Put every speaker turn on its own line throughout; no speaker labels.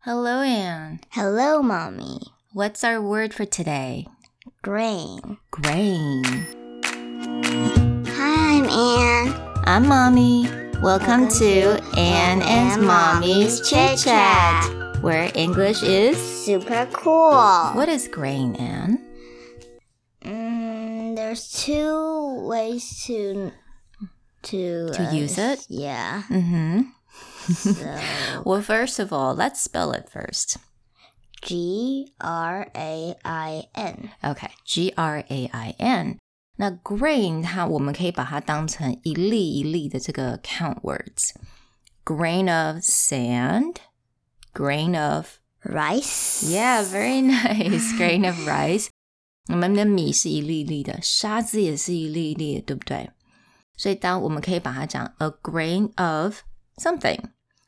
Hello, Anne.
Hello, mommy.
What's our word for today?
Grain.
Grain.
Hi, I'm Anne.
I'm Mommy. Welcome, to Anne and Mommy's Chit Chat, where English is.
Super cool.
What is grain, Anne?
Mm, there's two ways to to uh,
To use it?
Yeah.
Mm-hmm.
So
Well, first of all, let's spell it first.
G R A I N.
OK, G R A I N。那 grain 它我们可以把它当成一粒一粒的这个 count words。Grain of sand, grain of
Rice.
yeah, very nice grain of rice。我们的米是一粒一粒的，沙子也是一粒一粒的，对不对？所以当我们可以把它讲 a grain of something，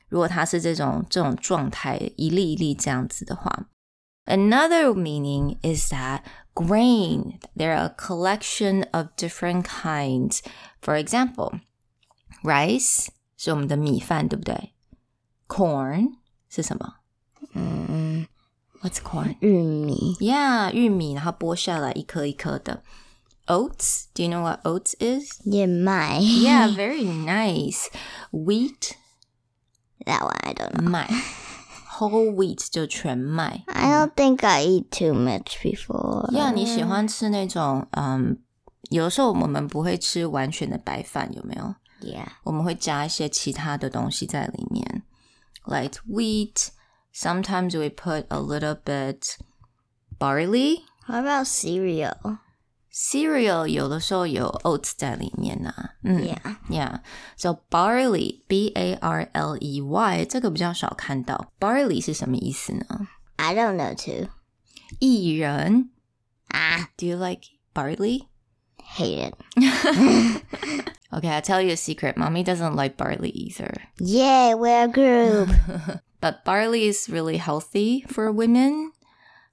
如果它是这种这种状态，一粒一粒这样子的话，Another meaning is that grain, they're a collection of different kinds. For example, rice 是我们的米饭，对不对? Corn 是什么? What's corn?
玉米.
Yeah, 玉米，然后剥下来一颗一颗的。Oats, do you know what oats is?
燕麦.
Yeah, very nice. Wheat,
That one I don't know.
麦. Whole wheat 就全麦。
I don't think I eat too much before.
呀你喜欢吃那种嗯，有时候我们不会吃完全的白饭，有没有？
Yeah.
我们会加一些其他的东西在里面，like wheat. Sometimes we put a little bit barley.
What about cereal?
Cereal 有的时候有 oats 在里面呐、嗯
Yeah.
Yeah. So barley, B A R L E Y 这个比较少看到。Barley 是什么意思呢？
I don't know too.
薏仁。
Ah,
Do you like barley?
hate it.
Okay, I'll tell you a secret. Mommy doesn't like barley either.
Yay, we're a group.
But barley is really healthy for women.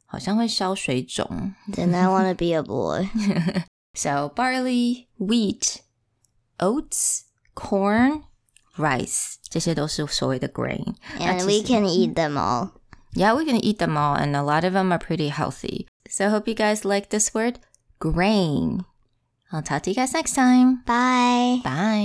好像会消水肿.
then I want to be a boy.
So barley, wheat, oats, corn, rice. 这些都是所谓的 grain.
And we can eat them all.
Yeah, we can eat them all, and a lot of them are pretty healthy. So I hope you guys like this word, grain. I'll talk to you guys next time.
Bye.
Bye.